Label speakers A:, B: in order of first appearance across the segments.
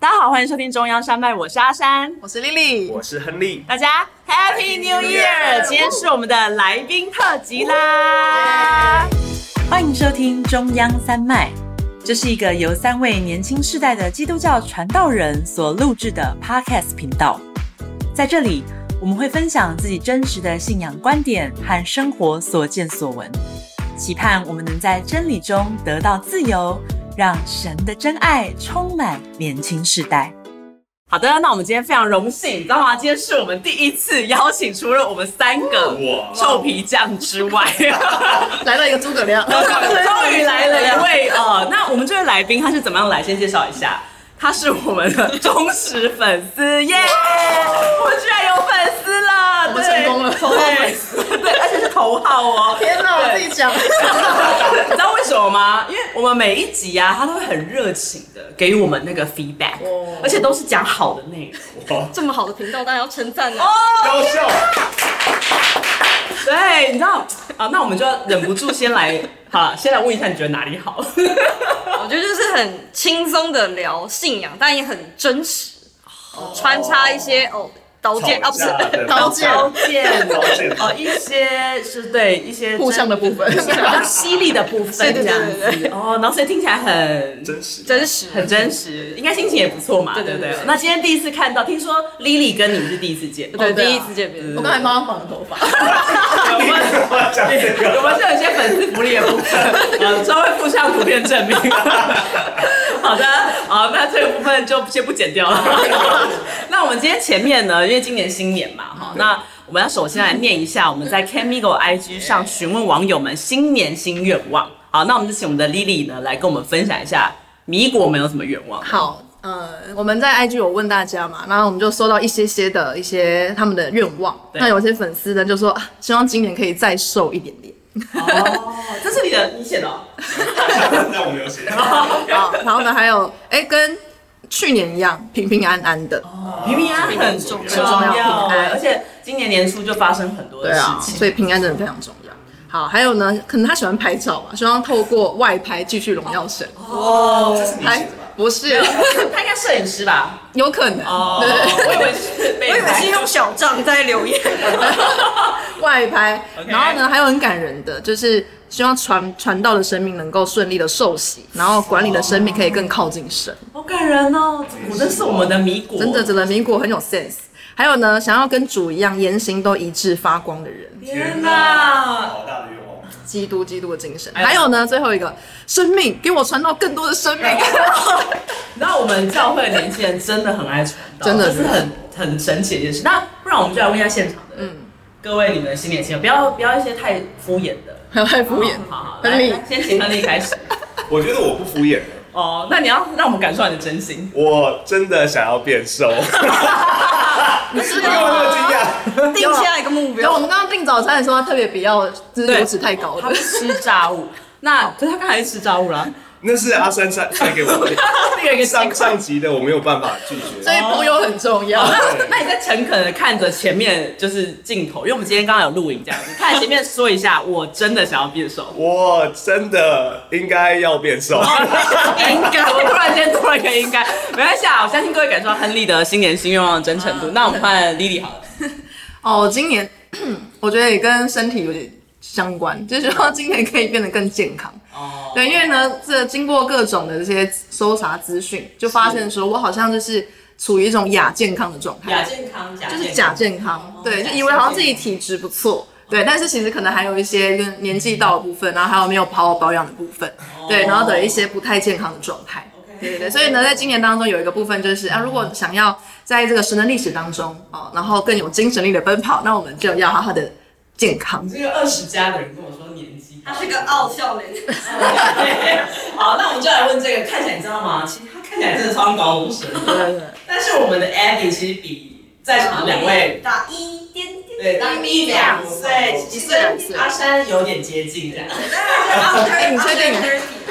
A: 好，欢迎收听中央山脉，我是阿山，
B: 我是丽丽，
C: 我是亨利。
A: 大家 Happy New Year！今天是我们的来宾特辑啦，
D: 欢迎收听中央三脉，这是一个由三位年轻世代的基督教传道人所录制的 Podcast 频道。在这里，我们会分享自己真实的信仰观点和生活所见所闻，期盼我们能在真理中得到自由，让神的真爱充满年轻世代。
A: 好的，那我们今天非常荣幸，你知道吗？今天是我们第一次邀请，除了我们三个
C: 哇
A: 臭皮匠之外，
B: 来了一个诸葛 亮，
A: 终于来了 一位呃，那我们这位来宾他是怎么样来？先介绍一下，他是我们的忠实粉丝耶！我们居然有粉丝了，
B: 我们
A: 对
B: 成功了头号粉
A: 对，对，而且是头号哦。
B: 天哪，我
A: 对
B: 自己讲，
A: 你知道为什么吗？因为我们每一集啊，他都会很热情的给我们那个 feedback，、
B: 哦
A: 而且都是讲好的内容。
C: 哇，
E: 这么好的频道，当然要称赞啊了。
C: 高效，
A: 对，你知道啊？那我们就要忍不住先来，好啦，先来问一下你觉得哪里好？
E: 我觉得就是很轻松的聊信仰，但也很真实，哦穿插一些哦刀剑啊，
C: 吵
E: 不
C: 架
E: 是
C: 的
B: 刀剑
A: 刀剑，
C: 刀剑
A: 哦，一些是对一些
B: 互相的部分，
A: 比较犀利的部分，
E: 对对
A: 这
E: 对
A: 样
E: 对对
A: 子哦，然后所以听起来很
C: 真实，
E: 真实，
A: 很真实，应该心情也不错嘛，对
E: 对
A: 不
E: 对
A: 对
E: 对对？
A: 那今天第一次看到，听说 Lily 跟你是第一次见，
E: 对，
B: 哦对啊
E: 第一次见面，
B: 我刚才帮他绑了头发，
A: 我们
C: 讲这
A: 我们
C: 个，
A: 是有一些粉丝福利的部分，呃，稍微附上图片证明。好的，好，那这个部分就先不剪掉了。 那我们今天前面呢，因为今年新年嘛，哈，那我们要首先来念一下我们在 Camigo IG 上询问网友们新年新愿望。好，那我们就请我们的 Lily 呢来跟我们分享一下米果们有什么愿望。
B: 好。呃，我们在 IG 有问大家嘛，然后我们就收到一些些的一些他们的愿望。
A: 对
B: 那有些粉丝呢就说、啊，希望今年可以再瘦一点点。
A: 哦， 这是你的，你写的、哦。
C: 那我们有写，
B: 啊，然后呢还有，哎、跟去年一样平平安安的。
A: 平平安安啊很重
B: 哦很重要平安
A: 而且今年年初就发生很多的
B: 对
A: 事
B: 啊，
A: 情，
B: 所以平安真的非常重要。好，还有呢，可能他喜欢拍照啊吧，希望透过外拍继续荣耀神。
A: 哦，
C: 这是你
B: 还
C: 写的吧？
B: 不是，
A: 他应该摄影师吧？
B: 有可能，
A: 哦，
B: 对
A: 我以为是被
E: 我以为是用小账在留言，
B: 外拍。
A: OK
B: 然后呢，还有很感人的，就是希望传传道的生命能够顺利的受洗，然后管理的生命可以更靠近神。
A: 好感人哦，我真是我们的米果，
B: 真的，真的，民国很有 sense。还有呢，想要跟主一样，言行都一致发光的人，
A: 天哪！
C: 好大的愿望，
B: 基督基督的精神。
A: 哎呀
B: 还有呢，最后一个，生命给我传到更多的生命。
A: 哎 你知道我们教会的年轻人真的很爱传道，
B: 真的
A: 这是很很神奇的一件事。那不然我们就来问一下现场的，嗯，各位你们的新年新愿，不要不要一些太敷衍的，
B: 很爱敷衍。
A: 好好，
B: 亨
A: 来
B: 利
A: 来先 请亨利开 始。
C: 我觉得我不敷衍了，
A: 哦，那你要让我们感受到你的真心。
C: 我真的想要变瘦，你是不是跟我那么惊讶？
E: 定下一个目
B: 然后我
E: 标。
B: 们刚刚订早餐的时候，他特别不要就是油脂太高
A: 他
B: 的
A: 不。吃炸物， 那可是他刚才吃炸物 啦，
C: 那是阿三塞塞给我的，
A: 那个一个
C: 上上级的我没有办法拒绝，
B: 所以朋友很重要。
A: 哦那你在诚恳的看着前面就是镜头，因为我们今天刚刚有录影这样子，看前面说一下，我真的想要变 瘦。
C: 我真的应该要变瘦。
A: 应该，我突然间多了一个应该，没关系啊，我相信各位感受到亨利的新年新愿望的真诚 度。那我们换 Lily 好了，
B: 哦，今年 我觉得也跟身体有点相关，就是说今年可以变得更健康。
A: 哦，
B: 对，因为呢，这经过各种的这些搜查资讯，就发现说我好像就是处于一种亚健康的状态，
A: 健康，假
B: 就是假健康。哦对，就以为好像自己体质不错。对，但是其实可能还有一些跟年纪到的部分，然后还有没有好好保养的部分，对，然后的一些不太健康的状态。对对对，所以呢，在今年当中有一个部分就是啊，如果想要在这个神的历史当中哦，然后更有精神力的奔跑，那我们就要好好的健康。
A: 这个二十加的人跟我说年纪
E: 他是个傲笑脸，
A: 好，那我们就来问这个，看起来你知道吗？其实他看起来真的超像高 中生，
B: 对对对，
A: 但是我们的 Abby 其实比在场的两位
E: 打一点点，
A: 对，当一两岁，其实跟阿山有点接近这样，
B: 哎你确定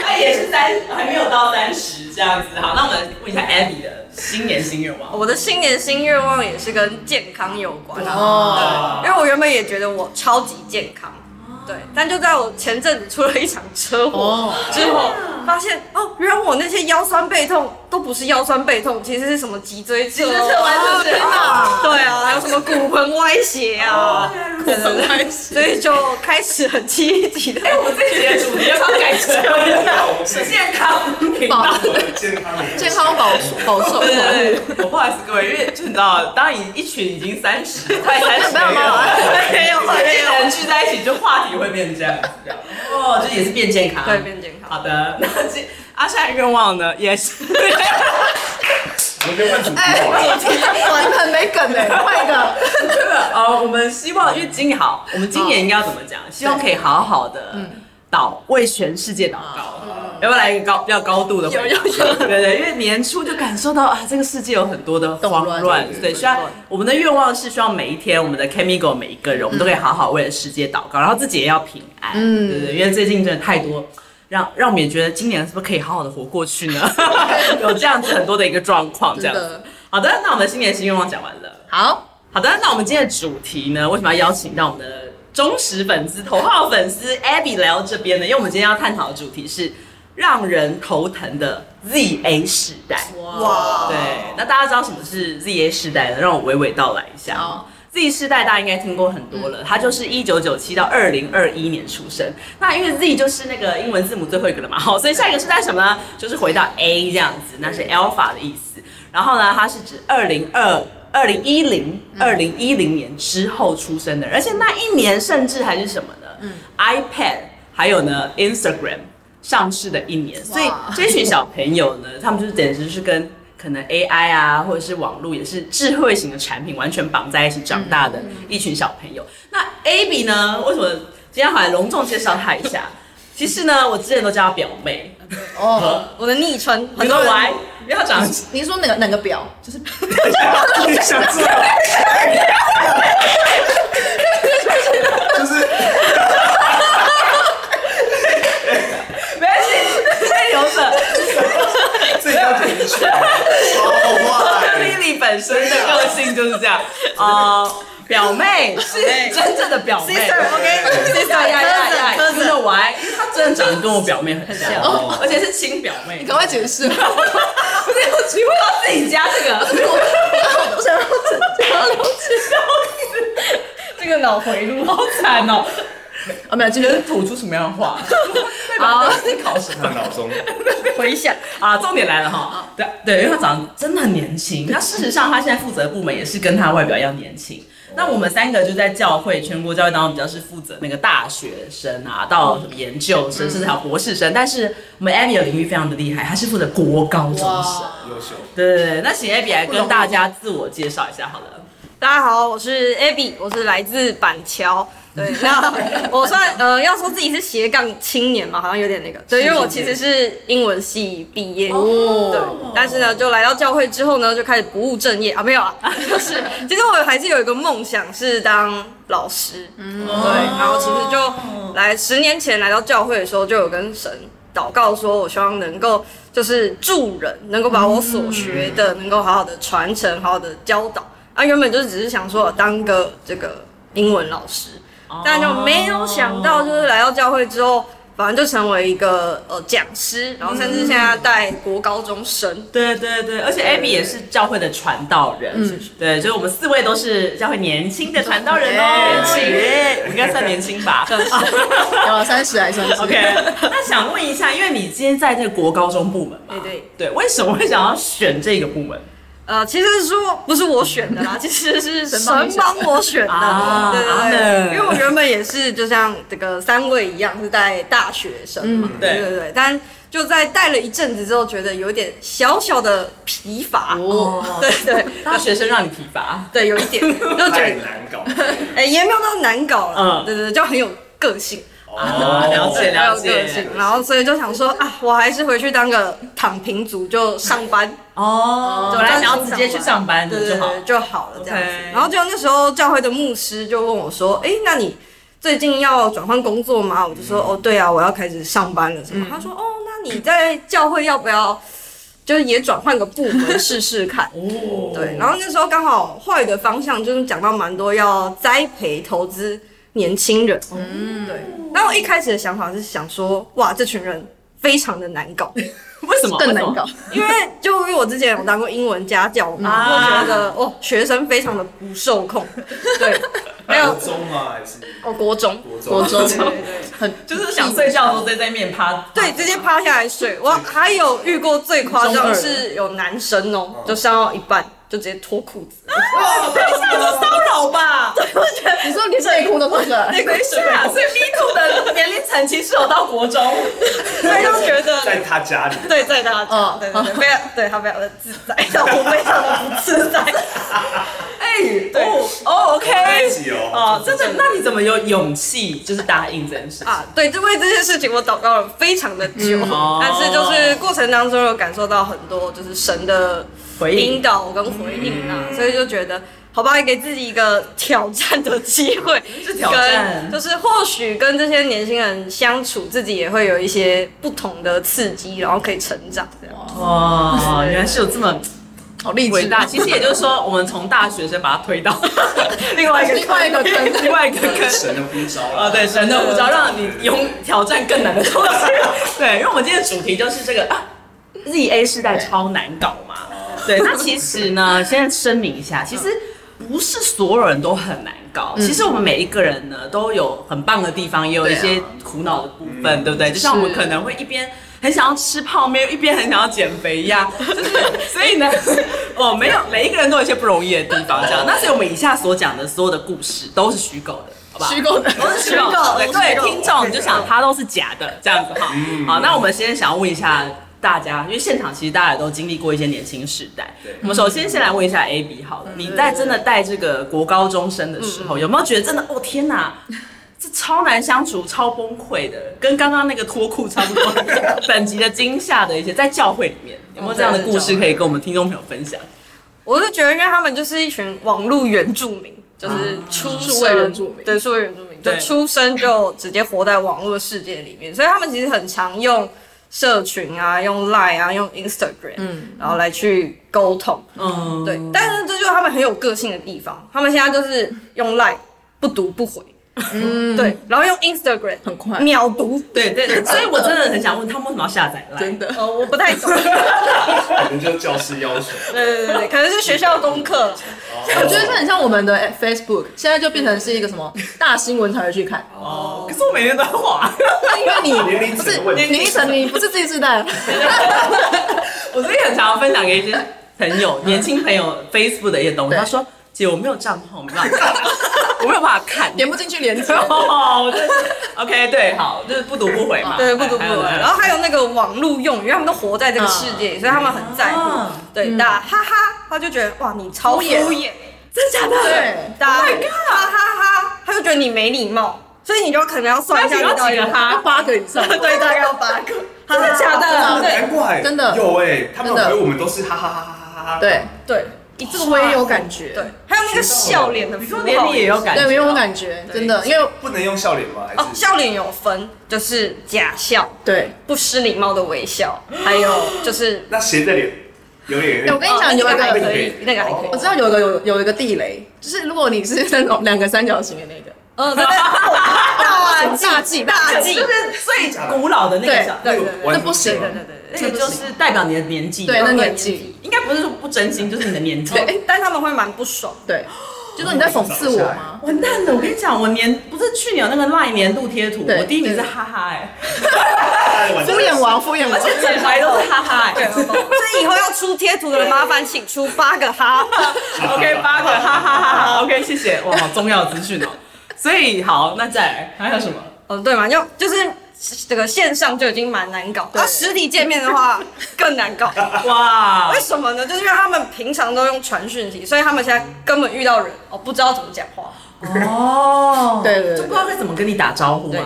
A: 他也是三，还没有到三十这样子。好，那我们问一下 Abby 的新年新愿望。
E: 哦我的新年新愿望也是跟健康有关啊。
B: 哦，
E: 因为我原本也觉得我超级健康，对，但就在我前阵子出了一场车祸
B: 哦
E: 之后，发现哦，原来我那些腰酸背痛都不是腰酸背痛，其实是什么脊椎侧
A: 脊椎侧弯是不是哦
E: 啊对啊，还有什么骨盆歪斜啊，骨盆歪斜，所以就开始很积极的。
A: 哎我这一集的主题要不要改成健康频道？
C: 健康
B: 健康保保守保
A: 对
B: 护。
A: 对对，我不好意思各位，因为就你知道，当一一群已经三十快三十
B: 没有没有
A: 没有没有人聚在一起，就话题会变这样子，这样哦，就也是变健康，
E: 对变健康
A: 好的，那这阿善愿望呢，也是
C: 我们可以问主题
B: 哎，
C: 好了
B: 我完全没梗哎，换一个。
A: 呃，我们希望，因为今好，我们今年应该要怎么讲？
B: 嗯
A: 希望可以好好的祷，为全世界祷告。
B: 嗯
A: 要不要来一个高比较高度的回答？对对，因为年初就感受到啊，这个世界有很多的
B: 动
A: 慌
B: 乱
A: 乱
B: 对对，嗯
A: 对，希望我们的愿望是希望每一天我们的 Chemical 每一个人，我们都可以好好为了世界祷告，然后自己也要平安，
B: 嗯
A: 对对，因为最近真的太多。让让我们也觉得今年是不是可以好好的活过去 呢？有这样子很多的一个状况，这样
B: 真
A: 子
B: 的。
A: 好的，那我们新年新愿望讲完了。
B: 好，
A: 好的，那我们今天的主题呢，为什么要邀请到我们的忠实粉丝、头号粉丝 Abby 来到这边呢？因为我们今天要探讨的主题是让人头疼的 ZA 世代。
B: 哇
A: 对，那大家知道什么是 ZA 世代呢？让我娓娓道来一下。
B: 好
A: Z 世代大家应该听过很多了，它就是一九九七到二零二一年出生。那因为 Z 就是那个英文字母最后一个了嘛，好，所以下一个世代什么呢？就是回到 A 这样子，那是 Alpha 的意思。然后呢，它是指二零二。二零一零、二零一零年之后出生的，而且那一年甚至还是什么呢？iPad，还有呢 Instagram 上市的一年，所以这群小朋友呢，他们就是简直是跟可能 AI 啊，或者是网络也是智慧型的产品完全绑在一起长大
E: 嗯
A: 的一群小朋友。那 Abby 呢，为什么今天好来隆重介绍她一下？其实呢，我之前都叫她表妹，
B: 哦，
E: 我的昵称
A: 你
E: 很
A: 说
E: 多人
A: 来，不要讲，
B: 你说哪个哪个表？就是
C: 你想知道？就是
A: 没关系，先留 着。
C: 这要停止，好坏。
A: Lily 本身的个性就是这 样，呃，表妹是真正的表妹
E: Sister，OK，Sister，
A: 呀呀呀呀
E: cousin，cousin
A: 真的玩，因为她真的长得跟我表妹很像
E: 像，
A: 哦而且是亲表妹。
B: 赶快解释。
A: 不是我体会到自己家这个，
B: 我想要
E: 这个脑回路，
A: 好惨哦！
B: 啊，没有，今
A: 你
B: 天
A: 能吐出什么样的话？啊，在考什么？
C: 他脑中
E: 回想
A: 啊，重点来了哈，对对，因为他长得真的很年轻。那事实上，他现在负责的部门也是跟他外表一样年轻。那我们三个就在教会，全国教育当中比较是负责那个大学生啊，到什么研究生，甚至还有博士生。但是我们 Abby 的领域非常的厉害，他是负责国高中生。
C: 优秀，
A: 对对对，那请 Abby 来跟大家自我介绍一下好了。
E: 大家好，我是 Abby，我是来自板桥。对，那我算呃，要说自己是斜杠青年嘛，好像有点那个。对，因为我其实是英文系毕业，对，但是呢，就来到教会之后呢，就开始不务正业啊，没有啊，就是其实我还是有一个梦想是当老师，嗯，对，然后其实就来十年前来到教会的时候，就有跟神祷告说，我希望能够就是助人，能够把我所学的能够好好的传承，好好的教导。啊，原本就是只是想说当个这个英文老师，但就没有想到，就是来到教会之后，反正就成为一个呃讲师，然后甚至现在带国高中生。
A: 对对对，而且 Abby 也是教会的传道人，对，所以我们四位都是教会年轻的传道人哦，年轻，应该算年轻吧。
B: 有哦三十还是三十
A: OK，那想问一下，因为你今天在这个国高中部门嘛，
E: 对对，
A: 对，为什么会想要选这个部门？
E: 呃，其实是说不是我选的啦，其实是神
B: 帮你选
E: 帮我选
A: 啊
E: 的，对对
A: 阿门
E: 对，因为我原本也是就像这个三位一样是带大学生嘛，
A: 对
E: 对对对，但就在带了一阵子之后，觉得有点小小的疲乏，
A: 哦
E: 对对
A: 大学生让你疲乏，
E: 对，有一点，就觉
C: 太
E: 得
C: 难搞。
E: 哎也没有到难搞了
A: 嗯，
E: 对对对，就很有个性。
A: 啊了解
E: 还有
A: 了
E: 个
A: 解
E: 性，然后所以就想说啊，我还是回去当个躺平族，就上班，
A: 哦，本来想要直接去上班
E: 对对
A: 就好
E: 对，就好了这样子
A: OK。
E: 然后就那时候教会的牧师就问我说，哎，那你最近要转换工作吗？我就
A: 嗯
E: 说，哦，对啊，我要开始上班了什么？他说，哦，那你在教会要不要？就是也转换个部门试试看，
A: 哦，
E: 对。然后那时候刚好话语的方向就是讲到蛮多要栽培投资年轻人，嗯，对。那我一开始的想法是想说，哇，这群人。非常的难搞，
A: 为什么
B: 更难？搞
A: 为什么。
E: 因为就因为我之前有当过英文家教嘛，我
A: 啊
E: 觉得哦，学生非常的不受控， 对，还有
F: 国中吗？还是
E: 哦，国中，
F: 国中？
B: 国中
E: 对对对。
A: 就是想睡觉的时候在在面趴。
E: 对，直接趴下来睡。我还有遇过最夸张是有男生哦、就上到一半就直接脱裤子，
A: 这骚扰吧？
B: 你说连内裤都脱 下来，
A: 等一下，啊所以 Me Too 的年龄层其实有到国中，
E: 他就 觉得
F: 在他家里，
E: 对，在他家，
B: 嗯
E: 对对对，非常对他非常的自在，但我非常的不自 在。
A: 哎，哦哦
F: 在一
A: ，OK，
F: 起哦，
A: 哦，真的，那你怎么有勇气就是答应这件事情？
E: 啊，对，就为这件事情我祷告了非常的久，
A: 哦
E: 但是就是过程当中有感受到很多就是神的
A: 回
E: 引
A: 应嗯
E: 导跟回应啊，所以就觉得。好吧，给自己一个挑战的机会，
A: 是挑战
E: 跟就是或许跟这些年轻人相处，自己也会有一些不同的刺激，然后可以成长这样。
A: 哇，哦原来是有这么
B: 好励
A: 伟
B: 志
A: 大。其实也就是说，我们从大学生把他推 到另外一个
B: 另外一个坑
A: 另外一个坑。
F: 神的呼召
A: 啊，
F: 啊，
A: 对，神的呼召，让你勇挑战更难的东西。 对，因为我们今天的主题就是这个啊，ZA 世代超难搞嘛。 对，那其实呢，先声明一下，其实不是所有人都很难搞。其实我们每一个人呢，都有很棒的地方，也有一些苦恼的部分，对不对？就像我们
B: 是
A: 可能会一边。很想要吃泡面，一边很想要减肥一 样，就是所以呢， 哦，没有，每一个人都有一些不容易的地方，这样。那所以我们以下所讲的所有的故事都是虚构的，好不好？
B: 虚构的，
A: 都是虚构的，各位听众你就想它都是假的这样子哈。好，那我们先想要问一下大家，因为现场其实大家也都经历过一些年轻时代。我们首先先来问一下 A B 好了，
B: 嗯
A: 你在真的带这个国高中生的时候，有没有觉得真的哦天哪？这超难相处、超崩溃的，跟刚刚那个脱裤差不多。 本集的惊吓的一些，在教会里面有没有这样的故事可以跟我们听众朋友分享？
E: 我是觉得，因为他们就是一群网络原住民，就是出生
B: 啊数位原住民
E: 对，数位原住民，就
A: 对
E: 出生就直接活在网络世界里面，所以他们其实很常用社群啊，用 Line 啊，用 Instagram，嗯，然后来去沟通，
A: 嗯，
E: 对，但是这就是他们很有个性的地方，他们现在就是用 Line 不读不回，嗯，对，然后用 Instagram
B: 很快
E: 秒读，
A: 对对对，所以我真的很想问他们为什么要下载 Line？
B: 真的。
E: 呃，我不太 懂，
F: 可能就是教师要求，
E: 对对对对，可能是学校功课，
B: 我觉得这很像我们的哎 Facebook，现在就变成是一个什么大新闻才会去看，
A: 哦可是我每天都在滑。
B: 因为
F: 年
B: 你
F: 龄
B: 不
F: 层
B: 是
F: 的问题
B: 你一层，你不是自己世 代，
A: 我最近很常分享给一些朋友、年轻朋友 Facebook 的一些东西，
B: 对
A: 他说：“姐，我没有账号，我没有办法 看，我没有办法看。。
B: 点不进去连接
A: 哦”我真的是 OK，对，好，就是不读不回 嘛。
E: 对，不读不
A: 还有嗯
E: 回。哦然后还有那个网络用语，因为他们都活在这个世界里，所以他们很在乎
A: 啊。
E: 对，打哈哈，他就觉得哇，你超敷衍，
A: 真假的？
B: 对，
E: 打哈哈哈，他就觉得你没礼貌，所以你就可能要算一下
A: 那
E: 你
A: 你
E: 到
A: 要
E: 底
A: 几
E: 有
A: 个哈？
B: 八个以上，
E: 对，大概要八个，真的假的？对
F: 难怪
B: 真的
F: 有哎，他们
B: 真的
F: 回我们都是哈哈哈哈哈哈，，
B: 对，
E: 对，
B: 这个我也有感觉，
E: 对，还有那个笑脸的
A: 你
E: 符
A: 说
E: 号，
A: 年龄也有感觉？
B: 对，没有感觉，真的，因为
F: 不能用笑脸吗？还
E: 哦，
F: 是
E: 笑脸有分，就是假笑，
B: 对，
E: 不失礼貌的 微笑，还有就是
F: 那斜着脸，有脸有
B: 哎我
F: 点
B: 跟你讲，
E: 哦
B: 有一
E: 那还可
B: 个，
E: 以，那个还可以
A: 哦
B: 我。知道有一个有有一个地雷，就是如果你是那种两个三角形的那个，
E: 嗯，对对，
B: 大忌
E: 大
B: 大
E: 忌
B: 忌，
A: 就是最古老的那个
B: 对
A: 小，
F: 那
B: 对
F: 个
B: 对，
F: 完
B: 这
F: 全
B: 不行，
E: 对对对对，
A: 那个就是代表你的年纪。
B: 对，那年纪，
A: 应该不是说不真心，就是你的年纪。
E: 对，但他们会蛮不爽。
B: 对，就说你在讽刺我吗？
A: 完蛋了！我跟你讲，我年不是去年有那个赖年度贴图，
B: 对
A: 我第一名是哈哈哎、
F: 完
B: 敷
F: 全
B: 衍王，敷衍
A: 而且
B: 王，
A: 整排都是哈哈、欸。
E: 所以以后要出贴图的人，麻烦请出八个 哈。
A: OK，八个，哈哈哈哈。OK，谢谢。哇，好重要的资讯哦。所以好，那再来还有什么？
E: 嗯，对嘛，就就是这个线上就已经蛮难搞，那啊实体见面的话 更难搞。
A: 哇
E: 为，什么呢？就是因为他们平常都用传讯息，所以他们现在根本遇到人哦，不知道怎么讲话。
A: 哦，
B: 对对对
A: 就不知道该怎么跟你打招呼吗？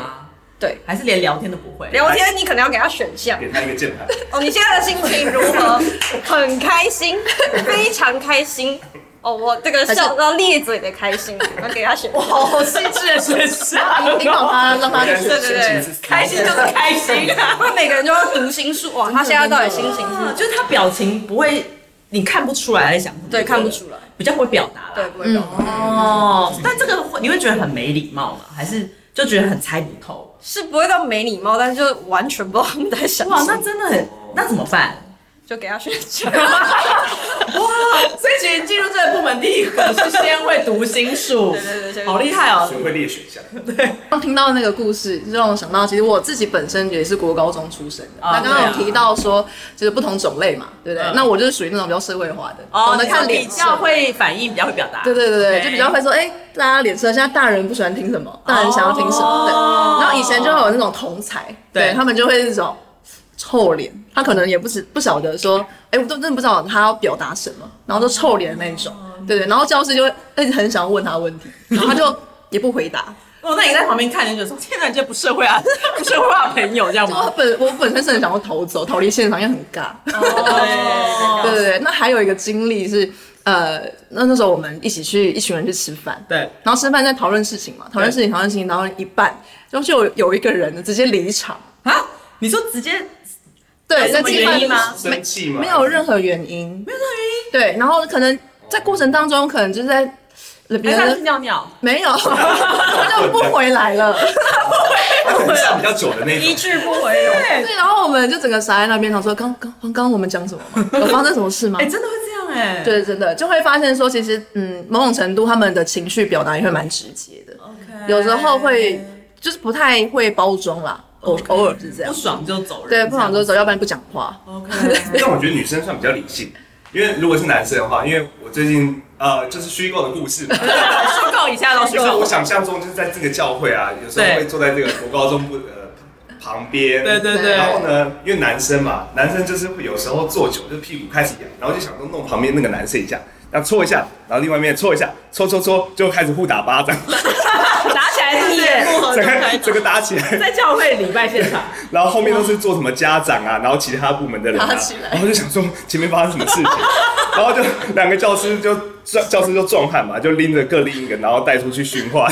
E: 对，
A: 还是连聊天都不会？
E: 聊天你可能要给他选 项
F: 给他一个键盘，
E: 哦，你现在的心情如何？很开 心，非常开心。哦，我这个笑到咧嘴的开 心，我给他选项。
A: 好细致的选项，
B: 引导他，让他去
E: 对对对，
A: 开心就是开心啊，
E: 会每个人就会读心术哇，他现在到底心情是？
A: 就是他表情不会，你看不出来在想什么，
E: 对，看不，出来，
A: 比较会表达啦。
E: 对，不会懂。
A: 哦，但这个会你会觉得很没礼貌吗？还是
D: 就觉得很猜不透。
E: 是不会到没礼貌，但是就完全不知道他们在想
D: 哇，
E: 什
D: 那
E: 么，
D: 真的很，那怎么办？
E: 就给他选择。
A: 所以其实进入这个部门第一个是先会读心术，
E: 对对对先会
A: 好厉害哦！
F: 学会列选项，
B: 刚听到那个故事，就让我想到，其实我自己本身也是国高中出身的。
A: 啊
B: 那刚刚
A: 对啊
B: 有提到说，就是不同种类嘛，对不对？
A: 嗯
B: 那我就是属于那种比较社会化的，懂得哦看
A: 哦比
B: 脸色
A: 较。会反应，比较会表达。
B: 对对对对，
A: OK
B: 就比较会说，哎、大家脸色，现在大人不喜欢听什么，大人想要听什么，
A: 哦
B: 对。然后以前就会有那种同才，
A: 对
B: 对他们就会那种臭脸，他可能也不知不晓得说，哎、我都真的不知道他要表达什么，然后就臭脸的那一种，
A: 哦
B: 对对。然后教室就会一直很想问他问题，然后他就也不回答，
A: 哦，那你在旁边看，你就觉得说天哪，你这不社会啊， 不社会化的朋友这样
B: 我
A: 吗？
B: 哦本我本身是很想要逃走，逃离现场，因为很尬。
A: 哦
B: 对对对，那还有一个经历是，呃，那那时候我们一起去一群人去吃饭，
A: 对，
B: 然后吃饭在讨论事情嘛，讨论事情讨论事情，然后一半就就有有一个人直接离场，
D: 啊，你说直接
B: 对，
A: 什
B: 在
A: 么
B: 吃饭
A: 原因吗
B: 没
F: 生气吗？
B: 没有任何原因，没有任何原因，对，然后可能在过程当中，可能就是在别
A: 还是
B: 人
A: 哎尿尿，
B: 没有，他就不回来了。
F: 他可能上比较久的那 种，
E: 去不回头。
B: 对，然后我们就整个傻在那边，想说刚刚刚刚我们讲什么吗？有发生什么事吗
A: 哎，？真的会这样哎。
B: 对，真的就会发现说，其实嗯，某种程度他们的情绪表达也会蛮直接的，
A: OK，
B: 有时候会就是不太会包装啦，偶偶尔是这
A: 不
B: 样。
A: 爽哦就走人，
B: 对，不想就走，要不然不讲话。
F: 但我觉得女生算比较理性，因为如果是男生的话，因为我最近呃，就是虚构的故事嘛，
A: 虚构一下 都虚
F: 就是
A: 构
F: 我。想象中就是在这个教会啊，有时候
A: 对
F: 会坐在这个国高中部的旁边，
A: 对对
B: 对
F: 然后
A: 对，
F: 呢，因为男生嘛，男生就是会有时候坐久，就是屁股开始痒，然后就想说弄旁边那个男生一下，然后搓一下，然后另外一面搓一下，搓搓搓，就开始互打巴掌，
A: 打起来是不是？
F: 整个整个打起来，
A: 在教会礼拜现场，
F: 然后后面都是做什么家长啊，然后其他部门的人、啊
B: 打哦起来，
F: 然后就想说前面发生什么 事情，然后就两个教师就教教师就壮汉嘛，就拎着各拎一个，然后带出去训话。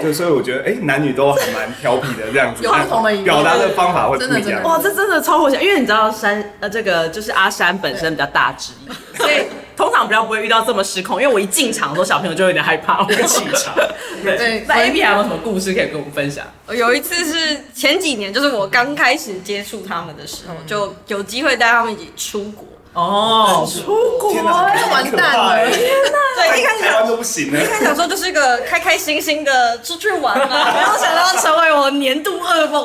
F: 对， 所以我觉得，哎、男女都还蛮挑剔的这样子，
B: 有不同的一面
F: 表达的方法会不
B: 真
F: 一
B: 的真
F: 样
B: 的。
A: 哇，这真的超火险，因为你知道山呃，这个就是阿山本身比较大只，所以通常比较不会遇到这么失控。因为我一进场的时候，小朋友就有点害怕，我气场。 对
B: 对，
A: 那 A B 还有没有什么故事可以跟我们分享？
E: 有一次是前几年，就是我刚开始接触他们的时候，就有机会带他们一起出国。
A: 哦，出国
F: 天哪，
B: 那完蛋
F: 太
B: 了
F: 可怕了！
E: 对，一开始
F: 台湾都不行了。
E: 一开始想说就是一个开开心心的出去玩嘛，没有想到成为我年度噩梦。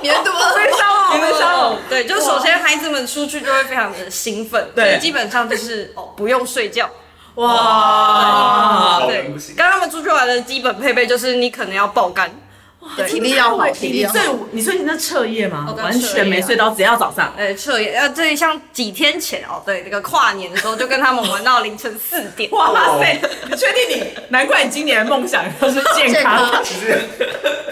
B: 年度二
A: 悲伤哦，悲伤哦。
E: 对，就首先孩子们出去就会非常的兴奋，
A: 对
E: 所以基本上就是 哦不用睡觉。
A: 哇，
F: 老
E: 对
F: 人不，行
E: 跟他们出去玩的基本配备就是你可能要爆肝，
B: 对体力要好，体力
A: 你
B: 要好
A: 最。你最近在彻夜吗
E: 哦？刚
A: 完全没睡到，直接到早上。
E: 呃，彻夜，呃，对，像几天前哦，对，那个跨年的时候就跟他们玩到凌晨四点。
A: 哇塞，你确定你？难怪你今年的梦想就是健
B: 健
A: 康。
B: 康，
F: 其实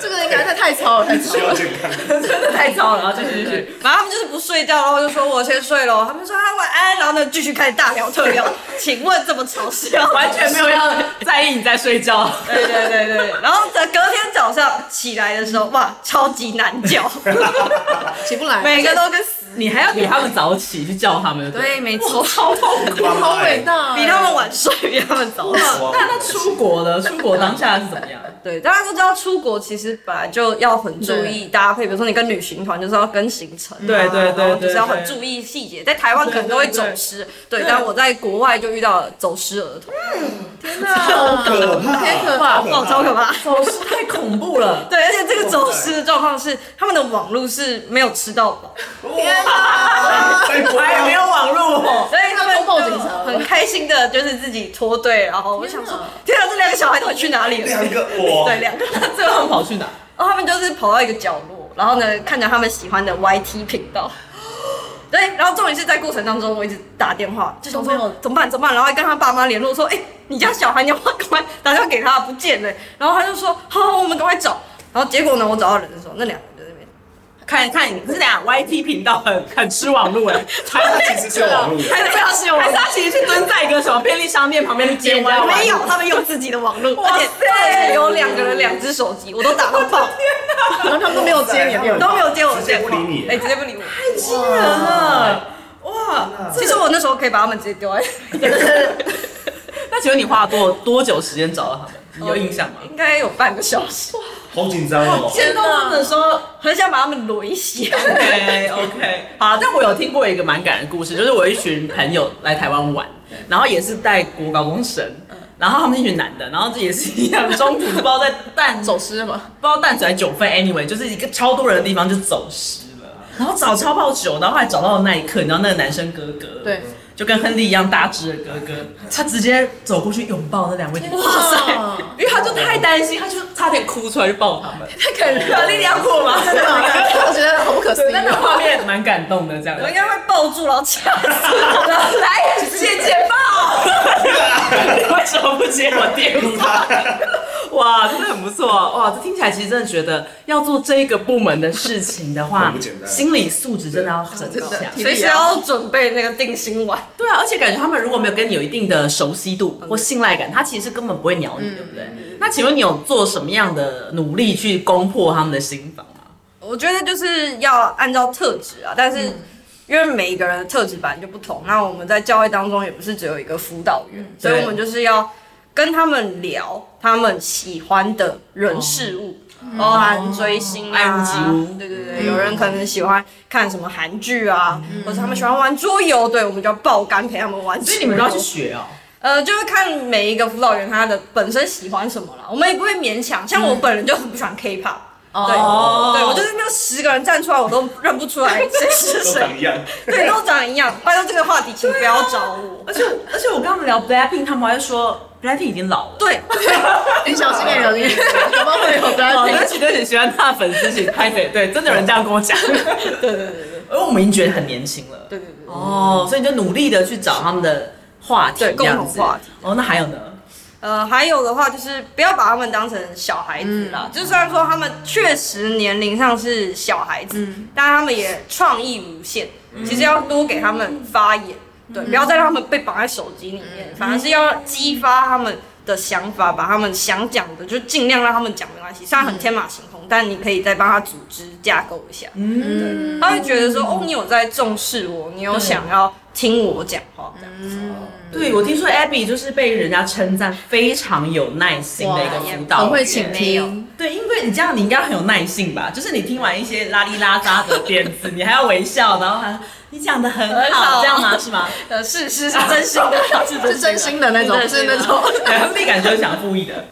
B: 这个应该太太糙了，太糙
F: 需要
B: 了。
F: 健康。
A: 真的 太糟了，然后继续继续。
E: 反正他们就是不睡觉，然后就说我先睡了，他们说啊晚安，然后呢继续开始大聊特聊。请问这么嘲 笑？
A: 完全没有要在意你在睡觉，
E: 对对对对，然后隔天早上起来的时候，哇，超级 难叫，
B: 起不来，
E: 每个都跟死。
A: 你还要比他们早起去叫他们。
E: 对，没错，
A: 超痛苦。
F: 妈妈
B: 好伟大，啊
E: 比他们晚睡，比他们早起。
F: 哇
A: 那那出国了，出国当下是怎么样？
E: 对，大家都知道出国其实本来就要很注意搭配，比如说你跟旅行团就是要跟行程啊，
A: 对对对
E: 然后就
A: 对
E: 是要很
A: 对
E: 注意细节。在台湾可能都会走失，对，但我在国外就遇到了走失儿童，
B: 好
F: 可怕
B: 太可怕了。
F: 好可 怕
E: 哦，超可怕。
A: 走失太恐怖了。
E: 对，而且这个走失的状况是他们的网络是没有吃到饱，
F: 在国
A: 还没
F: 外
A: 有网络哦，
E: 所以他们
B: 那通报警察
E: 就很开心的，就是自己脱队。然后我想说，天啊，这两个小孩到底去哪里了
F: 两？个我
E: 对，两个。
A: 最后他们跑去哪？
E: 然哦后他们就是跑到一个角落，然后呢，看着他们喜欢的 YT 频道。对，然后重点是在过程当中，我一直打电话，就想说怎么办怎么办，然后还跟他爸妈联络说，哎、你家小孩你要不要赶快打电话给他，不见了、然后他就说，好好，我们赶快找。然后结果呢，我找到人的时候，那两个人在那边，
A: 看看你是俩 YT 频道很很吃网络哎，还
F: 他其实是有网络
B: 啊
F: 的，
A: 还是要是还是他其实去蹲在一个什么便利商店旁边去接人家
E: 没有，他们用自己的网络，
A: 哇
E: 而
A: 塞
E: 且他们有两个人两只手机，我都打到爆，
B: 然后他们都没有接你的电话，
E: 都没有接我的
F: 直接
E: 电
F: 不
E: 话，
F: 理你
E: 哎、直接不理我。
A: 惊人了。哇，
E: 其实我那 时候可以把他们直接丢在。
A: 那请问你花了多多久时间找到他们？有印象吗？
E: 应该有半个小时，
F: 好紧张哦。
E: 见到他们的时候很想把他们抡醒。
A: OK OK，好，但我有听过一个蛮感人的故事，就是我一群朋友来台湾玩，然后也是带国高中生，然后他们一群男的，然后这也是一样，中途不知道在淡走，
B: 走失嘛，
A: 不知道淡水还是九份，anyway，就是一个超多人的地方就走失了，然后找超爆久，然后后来找到的那一刻，你知道那个男生哥哥，
B: 对，
A: 就跟亨利一样大只的哥哥，他直接走过去拥抱那两位女生，嗯哇塞，因为他就太担心，他就差点哭出来去抱他们，
E: 太感人
A: 亨利你要哭吗？真
B: 我觉得好不可思议
A: 那个
B: 哦。
A: 画 面蛮感动的，这样
E: 我应该会抱住，然后掐死 他们。
A: 来，姐姐抱。你 为什么不接我电话？ 哇，真的很不错哇！这听起来其实真的觉得要做这个部门的事情的话
F: 很不简，单
A: 心理素质真的要很
B: 真
A: 强
B: 的。体
E: 随时要准备那个定心丸。
A: 对啊，而且感觉他们如果没有跟你有一定的熟悉度或信赖感，他其实是根本不会鸟你，对不对？那请问你有做什么样的努力去攻破他们的心房吗？
E: 我觉得就是要按照特质啊，但是因为每一个人的特质本来就不同，那我们在教会当中也不是只有一个辅导员，所以我们就是要跟他们聊他们喜欢的人事物。包含追星啊，
A: 爱屋及乌
E: 对对对，有人可能喜欢看什么韩剧啊，或者他们喜欢玩桌游，对，我们就要爆肝陪他们玩桌游。
A: 所以你们都要去学哦。
E: 呃，就是看每一个辅导员他的本身喜欢什么啦，我们也不会勉强。像我本人就很不喜欢 K-pop，、对，
A: 哦
E: 对我就是那十个人站出来，我都认不出来 谁是
F: 都长
E: 谁，
F: 一样，
E: 对，都长一样。拜托这个话题，请不要找我。
A: 而且而且我跟他们聊 Blackpink，他们还说 Blackpink 已经老了。
E: 对，
B: 你小心点，小心点，有没有会有大
A: 哦，
B: 家
A: 对不
B: 听？
A: 起，对不起，喜欢他的粉丝，请拍谁？对，真的有人这样跟我讲。对对对对，而我们已经觉得很年轻了。
E: 对对对，
A: 哦，所以你就努力的去找他们的话题，
E: 对
A: 这样子
E: 共同话题。
A: 哦，那还有呢？
E: 呃，还有的话就是不要把他们当成小孩子啦。就虽然说他们确实年龄上是小孩子，但他们也创意无限。其实要多给他们发言，对，不要再让他们被绑在手机里面，反而是要激发他们的想法，把他们想讲的就尽量让他们讲，没关系。虽然很天马行空，但你可以再帮他组织架构一下，嗯，对，他会觉得说，哦，你有在重视我，你有想要听我讲话，这样子。
F: 嗯哦
A: 对，我听说 Abby 就是被人家称赞非常有耐心的一个辅导员，
B: 很会倾
E: 没有
B: 听，
A: 对，因为你这样你应该很有耐性吧？就是你听完一些拉里拉扎的点子，你还要微笑，然后还你讲的很
E: 很
A: 好，
E: 好
A: 这样吗？是吗？
E: 呃，是是是 真心的。
B: 是真心的那种，不 是那种。
A: 对，Abby 感觉想故意的。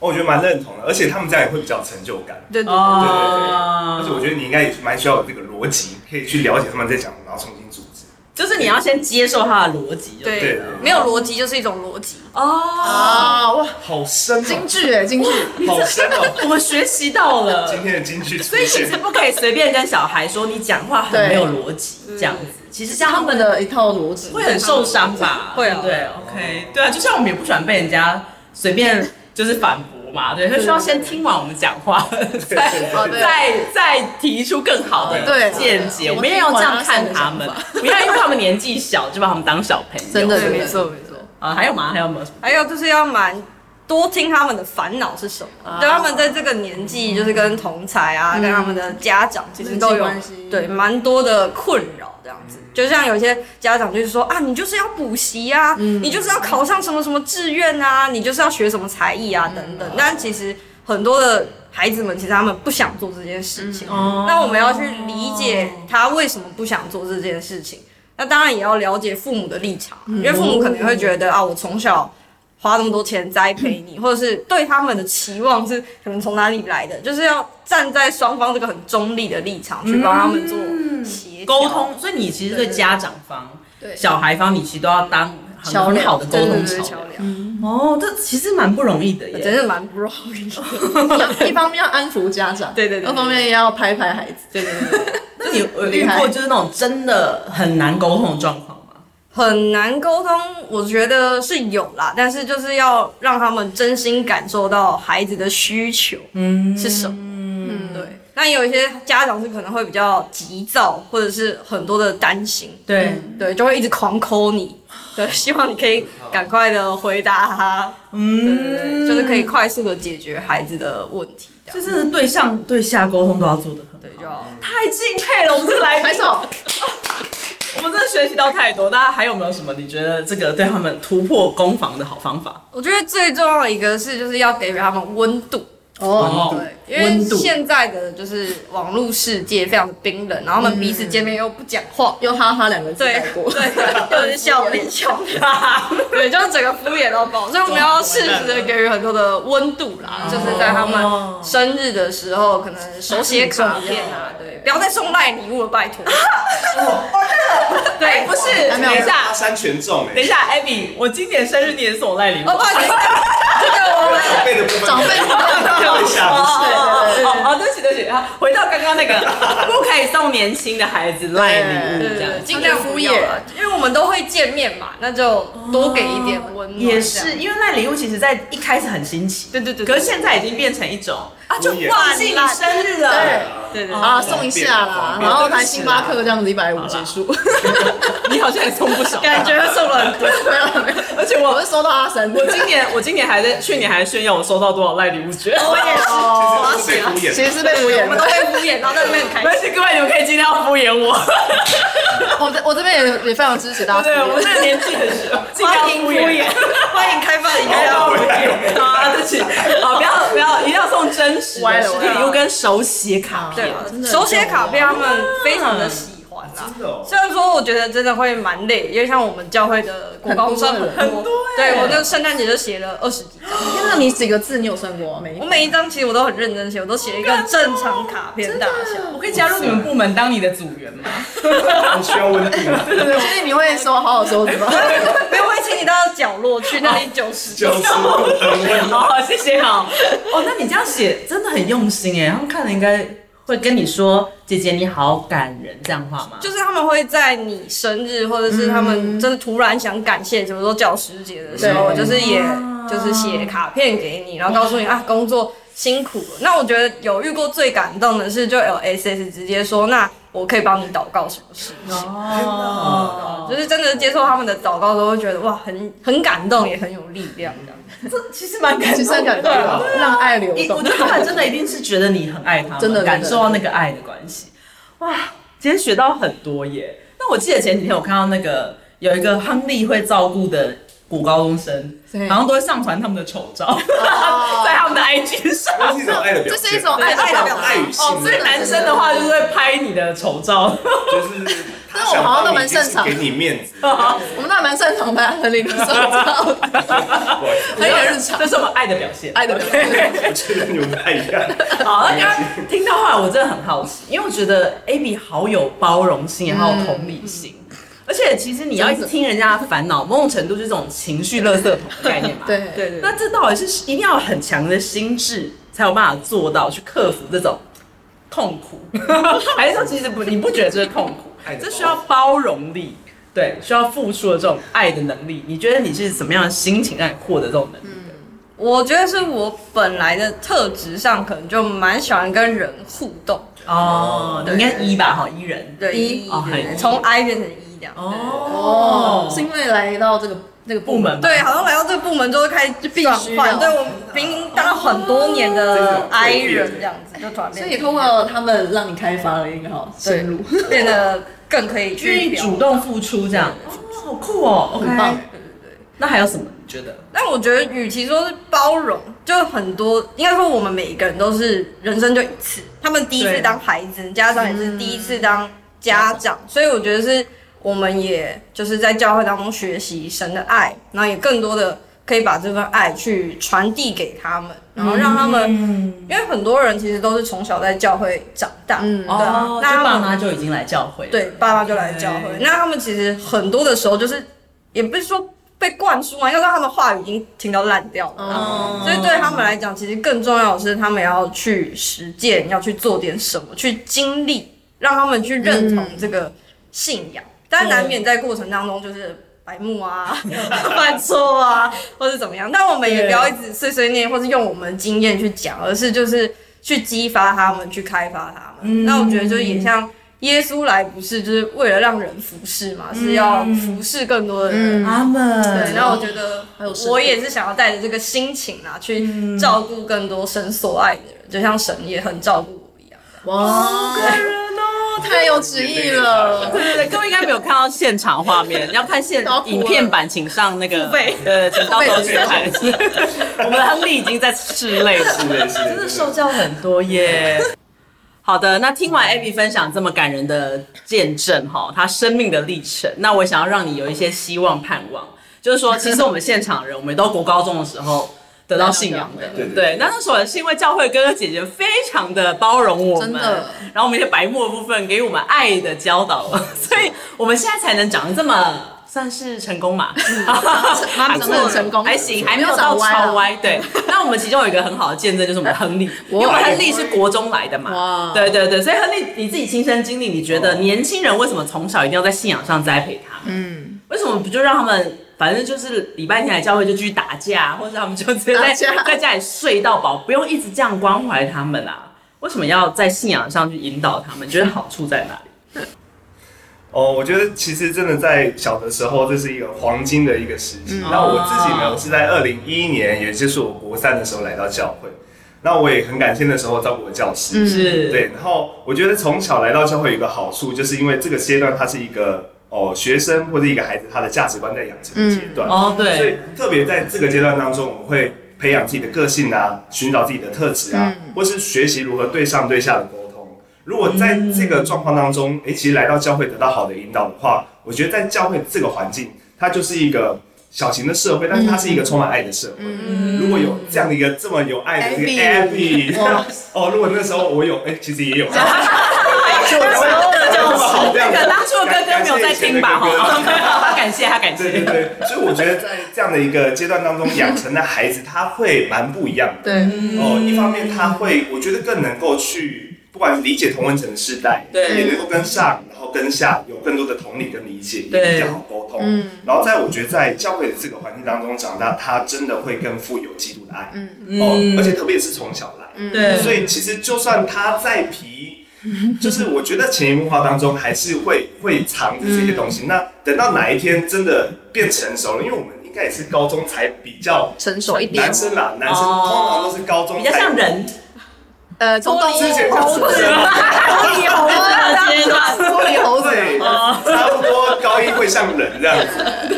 F: 我觉得蛮认同的，而且他们这样也会比较有成就感。
E: 对对对
F: 对
B: 啊
F: 对
A: 哦
F: 对，而且我觉得你应该也蛮需要有这个逻辑，可以去了解他们在讲什么，然后重新组织。
A: 就是你要先接受他的逻辑，就
E: 对，
F: 对对
E: 没有逻辑就是一种逻辑。
A: 哦，
B: 啊哇，
F: 好深哦
B: 京剧哎，京剧，
F: 好深哦！
A: 我们学习到了，
F: 今天的金句出
A: 所以其
F: 现
A: 实，不可以随便跟小孩说你讲话很没有逻辑这样子，其实这样
B: 他
A: 他
B: 们
A: 们
B: 的一套逻辑
A: 会很受伤吧？
E: 会啊
A: 对不对，OK，对啊，就像我们也不喜欢被人家随便就是反驳嘛，对，他需要先听完我们讲话，再
B: 哦对
A: 再再提出更好的
B: 对
A: 见解，
B: 对
A: 我们也要这样看他们，不要因为他们年纪小就把他们当小朋友，
B: 真的
E: 对
B: 没
E: 对
B: 错没错。
A: 啊，还有吗？还有没有？
E: 还有就是要蛮多听他们的烦恼是什
B: 啊
E: 么，对他们在这个年纪，就是跟同才啊，跟他们的家长其实都有
B: 嗯人际关系嗯
E: 对蛮多的困扰这样子。就像有些家长就是说啊，你就是要补习啊，
B: 嗯
E: 你就是要考上什么什么志愿啊，你就是要学什么才艺
B: 嗯
E: 啊等等。但其实很多的孩子们其实他们不想做这件事
B: 嗯
E: 情，
B: 哦
E: 那我们要去理解他为什么不想做这件事情。那当然也要了解父母的立场，
B: 嗯
E: 因为父母可能会觉得啊，我从小花那么多钱栽培 你，或者是对他们的期望是可能从哪里来的，就是要站在双方这个很中立的立场去帮他们做协调
A: 沟。通，所以你其实对家长方、
B: 对
A: 小孩方，你其实都要当很
B: 桥
A: 很
B: 梁
A: 好的沟
E: 对对
A: 通
E: 对，
A: 桥
E: 桥
A: 梁。
E: 梁，
A: 哦，这其实蛮不容易的耶。
E: 真是蛮不容易的。
B: 一方面要安抚家长，
E: 对对对对
B: 一方面要拍拍孩子，
A: 对对对 对。那你有遇
B: 厉害
A: 过就是那种真的很难沟通的状况吗？
E: 很难沟通，我觉得是有啦，但是就是要让他们真心感受到孩子的需求，嗯，是什么，嗯，对。那有一些家长是可能会比较急躁，或者是很多的担心，
A: 对，
E: 对，就会一直狂抠你，对，希望你可以赶快的回答他，嗯，就是可以快速的解决孩子的问题，这样
A: 就，是对上对下沟通都要做的很好。
E: 对，就要
A: 太敬佩了，我们这来
B: 拍
A: 宾。
B: 手，
A: 我们真的学习到太多。大家还有没有什么你觉得这个对他们突破攻防的好方法？
E: 我觉得最重要的一个是，就是要给予他们温度。
A: 哦
E: 对，因为现在的就是网络世界非常冰冷，然后他们彼此见面又不讲话，
B: 用哈哈两个字
E: 嗯对
B: 带过。
E: 对，又是笑脸笑脸，对，就是整个敷衍到爆，所以我们要适时的给予很多的温度啦，就是在他们生日的时候，可能手写卡片啊，
B: 嗯
E: 对，不要再送赖礼物了，拜托。哦对，哎哦不是，
B: 没有
A: 等一下，
F: 三权重 哎、
A: 等一下，Abby，我今年生日你也送我赖礼物。
E: 哦，不好 意思，这个我们
F: 长辈的部分，
B: 长辈
F: 一下，
A: 哦哦，对不起对不起，好，回到刚刚那个，不可以送年轻的孩子赖礼物
E: 对
A: 这样
E: 对，。呃尽量敷衍啦，因为我们都会见面嘛，那就多给一点温暖。
A: 也是，，因为赖礼物其实在一开始很新奇，
E: 对对对对
A: 可是现在已经变成一种啊，就
F: 敷衍
A: 忘记你生日
F: 哦
A: 了，
E: 对对
B: 啊，送一下啦，然后台星巴克这样子一百五结束，
A: 你好像也送不少，
E: 感觉送了很多。
B: 没有没有，
A: 而且
B: 我
A: 我
B: 是收到阿神的
A: 我。今年我今年还在，去年还炫耀我收到多少赖礼物券。
B: 哦，
F: 就是被敷衍
B: 其实是被敷衍
E: 我们都
B: 的。
E: 会敷衍，然后在那边很开
A: 没关
E: 心。
A: 系，各位你们可以尽量敷衍我。
B: 我这我这边也也非常支持大家敷
A: 对，我们
B: 衍。
A: 这个年纪的时候，尽量
E: 欢迎
A: 敷
E: 敷
A: 衍
E: 衍。，欢迎开放一
A: 不
E: 下
A: 要。好啊，对不起，好，不要不要，一定要送真实的
B: 歪了
A: 实体
B: 歪了
A: 礼物跟手写卡
E: 对
A: 片。
E: 啊，手写卡片他们非常的喜欢啦。
F: 哦
E: 虽然说我觉得真的会蛮累，因为像我们教会的国高中生很多，对我那圣诞节就写了二十几张，
B: 那你几个字你有算过没
E: 我？每一张其实我都很认真写，我都写了一个正常卡片大小。
A: 我可以加入你们部门当你的组员吗？
F: 很需要温度，
B: 我建议你会收，好好收拾吧。
E: 没有，我会请你到角落去，那里九十
F: 就是很温度。
A: 好，谢谢好。哦，那你这样写真的很用心哎，他们看了应该会跟你说：“姐姐你好感人”这样话吗？
E: 就是他们会在你生日，或者是他们真的突然想感谢，比如说教师节的时候，
B: 对
E: 就是也就是写卡片给你，然后告诉你啊工作辛苦了。那我觉得有遇过最感动的是，就 L S S 直接说，那我可以帮你祷告什么事情，
A: 哦，
E: 就是真的接受他们的祷告的时候，会觉得哇，很很感动，也很有力量这样。
A: 其实蛮感
B: 其实很感动
A: 对啊，
B: 让爱流
A: 一我
B: 动
A: 觉。得他们真的一定是觉得你很爱他们，
B: 真的
A: 感受到那个爱的关系。哇，今天学到很多耶！那我记得前几天我看到那个有一个亨利会照顾的古高中生，
B: 对
A: 好像都会上传他们的丑照， 在他们的 IG 上。
F: 这是一种爱的表
B: 这
F: 现，
B: 是一种爱
A: 对爱
B: 的
A: 的
B: 表
A: 表
B: 达。
F: 爱与
A: 哦，
F: 信
A: 所以
F: 任，
A: 男生的话就是会拍你的丑照，
F: 就是
B: 但哦我好像都蛮擅长
F: 给你 面子，
B: 我们那蛮擅长把很理的收到，很有日常
A: 这是我们爱的表现。
B: 爱的表现。
F: 我觉得你们不太一样。
A: 好，啊
F: 哎
A: 那刚刚听到话，我真的很好奇，因为我觉得 Abby 好有包容性，也好有同理心。而且其实你要一直听人家的烦恼，某种程度就是这种情绪垃圾桶的概念嘛。。
B: 对
E: 对对对
A: 那这到底是一定要有很强的心智才有办法做到去克服这种痛苦，还是说其实不你不觉得这是痛苦
F: 爱，的包容
A: 这需要包容力，对，需要付出的这种爱的能力。你觉得你是怎么样的心情让你获得这种能力的？
E: 我觉得是我本来的特质上，可能就蛮喜欢跟人互动，
A: 哦，你应该一吧，哈，一人。
E: 对，一
A: 哦很
E: 从 I 变成一这样。对
A: 哦
B: 是因为来到这个那个
A: 部门嘛
E: 对，好像来到这个部门就会开始就必
B: 须要
E: 对我明明当了很多年
A: 哦
E: 的 I 人这样子，就突然
B: 所
E: 变，
B: 以通过他们让你开发了一个好深入，
E: 变得更可以
A: 愿
E: 去
A: 意
E: 表
A: 主。动付出这样，哦，好酷哦
B: 很棒
A: ，OK。。那还有什么你觉得？
E: 但我觉得，与其说是包容，就很多应该说我们每一个人都是人生就一次，他们第一次
A: 对
E: 当孩子，家长也是第一次当家长，所以我觉得是我们也就是在教会当中学习神的爱，然后也更多的可以把这份爱去传递给他们，然后让他们
A: 嗯，
E: 因为很多人其实都是从小在教会长大，
B: 嗯
E: 嗯，对啊，
A: 哦，
E: 那
A: 那爸
E: 他们
A: 妈就已经来教会了，
E: 对爸妈就来教
A: 对
E: 会，那他们其实很多的时候就是，也不是说被灌输啊，要让他们话语已经听到烂掉了啊，
B: 哦，
E: 所以对他们来讲，其实更重要的是他们要去实践，要去做点什么，去经历，让他们去认同这个信仰，但难免在过程当中就是。白目啊，犯错啊，或是怎么样？但我们也不要一直碎碎念，或是用我们经验去讲，而是就是去激发他们，去开发他们。那我觉得就是也像耶稣来，不是就是为了让人服侍嘛，是要服侍更多的人。
A: 他
E: 对，
A: 们，
E: 然后我觉得
B: 有神
E: 我也是想要带着这个心情啊，去照顾更多神所爱的人，就像神也很照顾我一样。
B: 哇，
A: 好感人哦，
B: 太有旨意了。
A: 对对对，各位应该没有看到现场画 面，要看现
B: 好苦啊
A: 影片版，请上那个
E: 费
A: 呃，请到手
B: 付费
A: 去 看。我们的亨利已经在室内了，
F: 是的，是
A: 真的
F: 的，
A: 受教很多耶。好的，那听完 Abby 分享这么感人的见证哈，她生命的历程，那我想要让你有一些希望盼望，就是说，其实我们现场人，我们都国高中的时候得到信仰的，
F: 对对对
A: 对。那那时候是因为教会哥哥姐姐非常的包容我们，
B: 真的
A: 然后我们一些白目的部分给予我们爱的教导， 所以我们现在才能长得这么。算是成功 嘛，
B: 蛮不错的
A: 还还行，还没有到
B: 没有长歪啊
A: 超歪。 对，那我们其中有一个很好的见证就是我们的亨利，因为我们亨利是国中来的嘛
B: 哇，
A: 对对对，所以亨利你自己亲身经历，你觉得年轻人为什么从小一定要在信仰上栽培他们？嗯，为什么不就让他们？反正就是礼拜天来教会就继续打架，或者他们就直接在
B: 打架
A: 在家里睡到饱，不用一直这样关怀他们啊。为什么要在信仰上去引导他们？你觉得好处在哪里？
F: 哦，我觉得其实真的在小的时候，这是一个黄金的一个时期。那我自己呢，我是在二零一一年，也就是我国三的时候来到教会。那我也很感谢那时候照顾我的教师，
A: 是，
F: 对。然后我觉得从小来到教会有一个好处，就是因为这个阶段它是一个哦学生或者一个孩子他的价值观在养成的阶段，
A: 哦
F: 所以
A: 对，
F: 特别在这个阶段当中，我们会培养自己的个性啊，寻找自己的特质啊，
A: 嗯
F: 或是学习如何对上对下的沟通。如果在这个状况当中，诶、其实来到教会得到好的引导的话，我觉得在教会这个环境，它就是一个小型的社会，但是它是一个充满爱的社会。
A: 嗯
F: 如果有这样的一个这么有爱的这个
B: Abby
F: Abby，哦，如果那时候我有，诶、其实 也有。就
A: 那个当初的哥哥没有在听吧？
F: 感谢以前的哥哥
A: 哈，他感谢他感
F: 对对
A: 谢。
F: 对，所以我觉得在这样的一个阶段当中，养成的孩子他会蛮不一样的。
B: 对，
A: 嗯
F: 哦，一方面他会，我觉得更能够去，不管是理解同文层的世代，
A: 对
F: 也能够跟上，然后跟下有更多的同理跟理解，也
A: 对嗯
F: 比较好沟通。然后在我觉得在教会的这个环境当中长大，他真的会更富有基督的爱。
A: 嗯
F: 哦，而且特别是从小来，
A: 对
F: 所以其实就算他再皮，就是我觉得潜移默化当中还是会会藏着这些东西。
A: 嗯
F: 那等到哪一天真的变成熟了，因为我们应该也是高中才比较
B: 成熟一点
F: 男。生啦，男生通常都是高中
A: 哦比较
F: 才
A: 像人，哦
B: 呃，从到
F: 之前就是
A: 猴子的阶段，
B: 脱离猴子，
F: 对，
A: 哦
F: 差不多高一会像人这样子。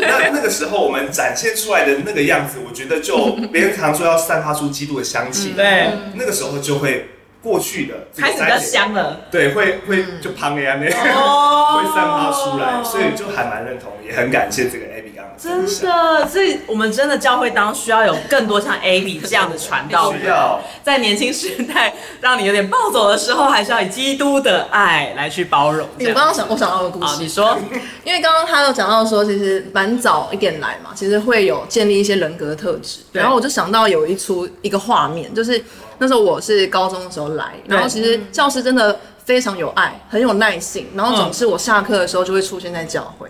F: 那那个时候我们展现出来的那个样子，我觉得就别人常说要散发出基督的香气，
A: 嗯对，
F: 那个时候就会过去的这个
A: 开始比较
F: 灾劫
A: 香了。
F: 对，会会就胖了呀，那样
A: 哦
F: 会散发出来，所以就还蛮认同，也很感谢这个 Abby 刚刚
A: 真
F: 分享，
A: 的，所以我们真的教会当中需要有更多像 Abby 这样的传道
F: 需
A: 人，
F: 要
A: 在年轻时代让你有点暴走的时候，还是要以基督的爱来去包容。这
B: 我
A: 样
B: 刚刚想，我想到个故
A: 好，
B: 事
A: 你，说，
B: 因为刚刚他有讲到说，其实蛮早一点来嘛，其实会有建立一些人格特质。
A: 对
B: 然后我就想到有一出一个画面，就是那时候我是高中的时候来，
A: 对
B: 然后其实教师真的非常有爱，很有耐心，然后
A: 嗯
B: 总是我下课的时候就会出现在教会。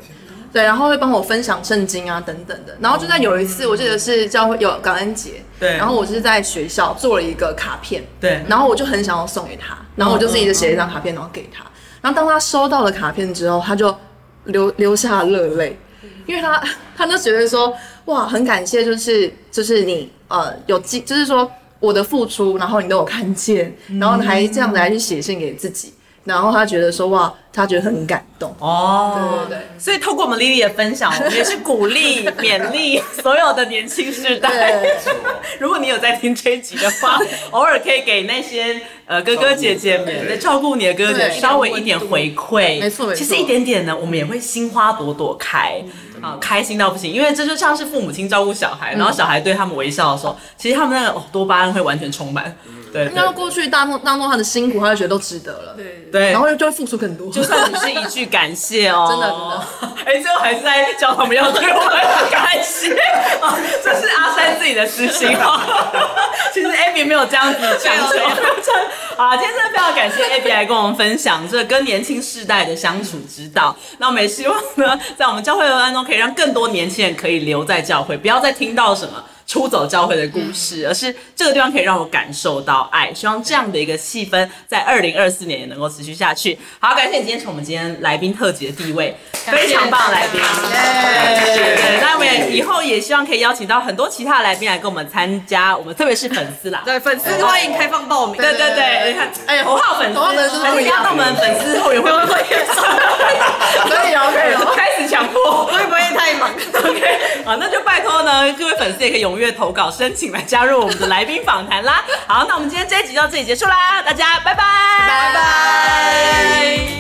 B: 对，然后会帮我分享圣经啊，等等的。然后就在有一次，我记得是教会有感恩节，
A: 对
B: 然后我就是在学校做了一个卡片，
A: 对
B: 然后我就很想要送给他，然后我就自己就写一张卡片，然后给他。然后当他收到了卡片之后，他就流流下热泪，因为他 他就觉得说，哇，很感谢，就是就是你呃有记，就是说我的付出，然后你都有看见，
A: 嗯
B: 然后还这样子来去写信给自己，然后他觉得说，哇，他觉得很感动。
A: 哦，
B: 对对对
A: 所以透过我们 Lily 的分享，我们也是鼓励、勉励所有的年轻世代。如果你有在听这一集的 话，偶尔可以给那些呃哥哥姐姐们在照顾你的哥哥姐姐
B: 对
A: 稍微一点回馈，
B: 没错没错
A: 其实一点点呢，我们也会心花朵朵开。啊，
B: 嗯
A: 开心到不行，因为这就像是父母亲照顾小孩，然后小孩对他们微笑的时候，其实他们那个、哦多巴胺会完全充满。对对
B: 因为过去当中当中他的辛苦，他就觉得都值得了，
A: 对，
B: 然后就会付出更多。
A: 就算只是一句感谢哦，
B: 真的
A: 真的，哎、最后还是在教他们要对我们感谢，哦、这是阿三自己的私心哦。 其实 Abby 没有这样子强求， 啊，今天真的非常感谢 Abby 来跟我们分享这跟年轻世代的相处之道。那我们也希望呢，在我们教会的当中，可以让更多年轻人可以留在教会，不要再听到什么。出走教会的故事，而是这个地方可以让我感受到爱。希望这样的一个气氛在二零二四年也能够持续下去。好，感谢你今天从我们今天来宾特辑的地位，非常棒的来宾。
B: 耶
A: 对对，那我们也以后后也希望可以邀请到很多其他的来宾来跟我们参加，我们特别是粉丝啦。
E: 对，粉丝欢迎开放报名。
A: 对 对对，你看，哎，头号粉丝，
B: 头号粉丝
A: 还
B: 不
A: 是
B: 一
A: 要
B: 样
A: 到我们粉丝后援会会会
B: 可以哦，可以哦。
A: 开始强迫。
E: 会不会太忙？
A: OK，好，那就拜托呢，各位粉丝也可以踊跃投稿申请来加入我们的来宾访谈啦。好，那我们今天这一集到这里结束啦，大家拜拜，拜拜。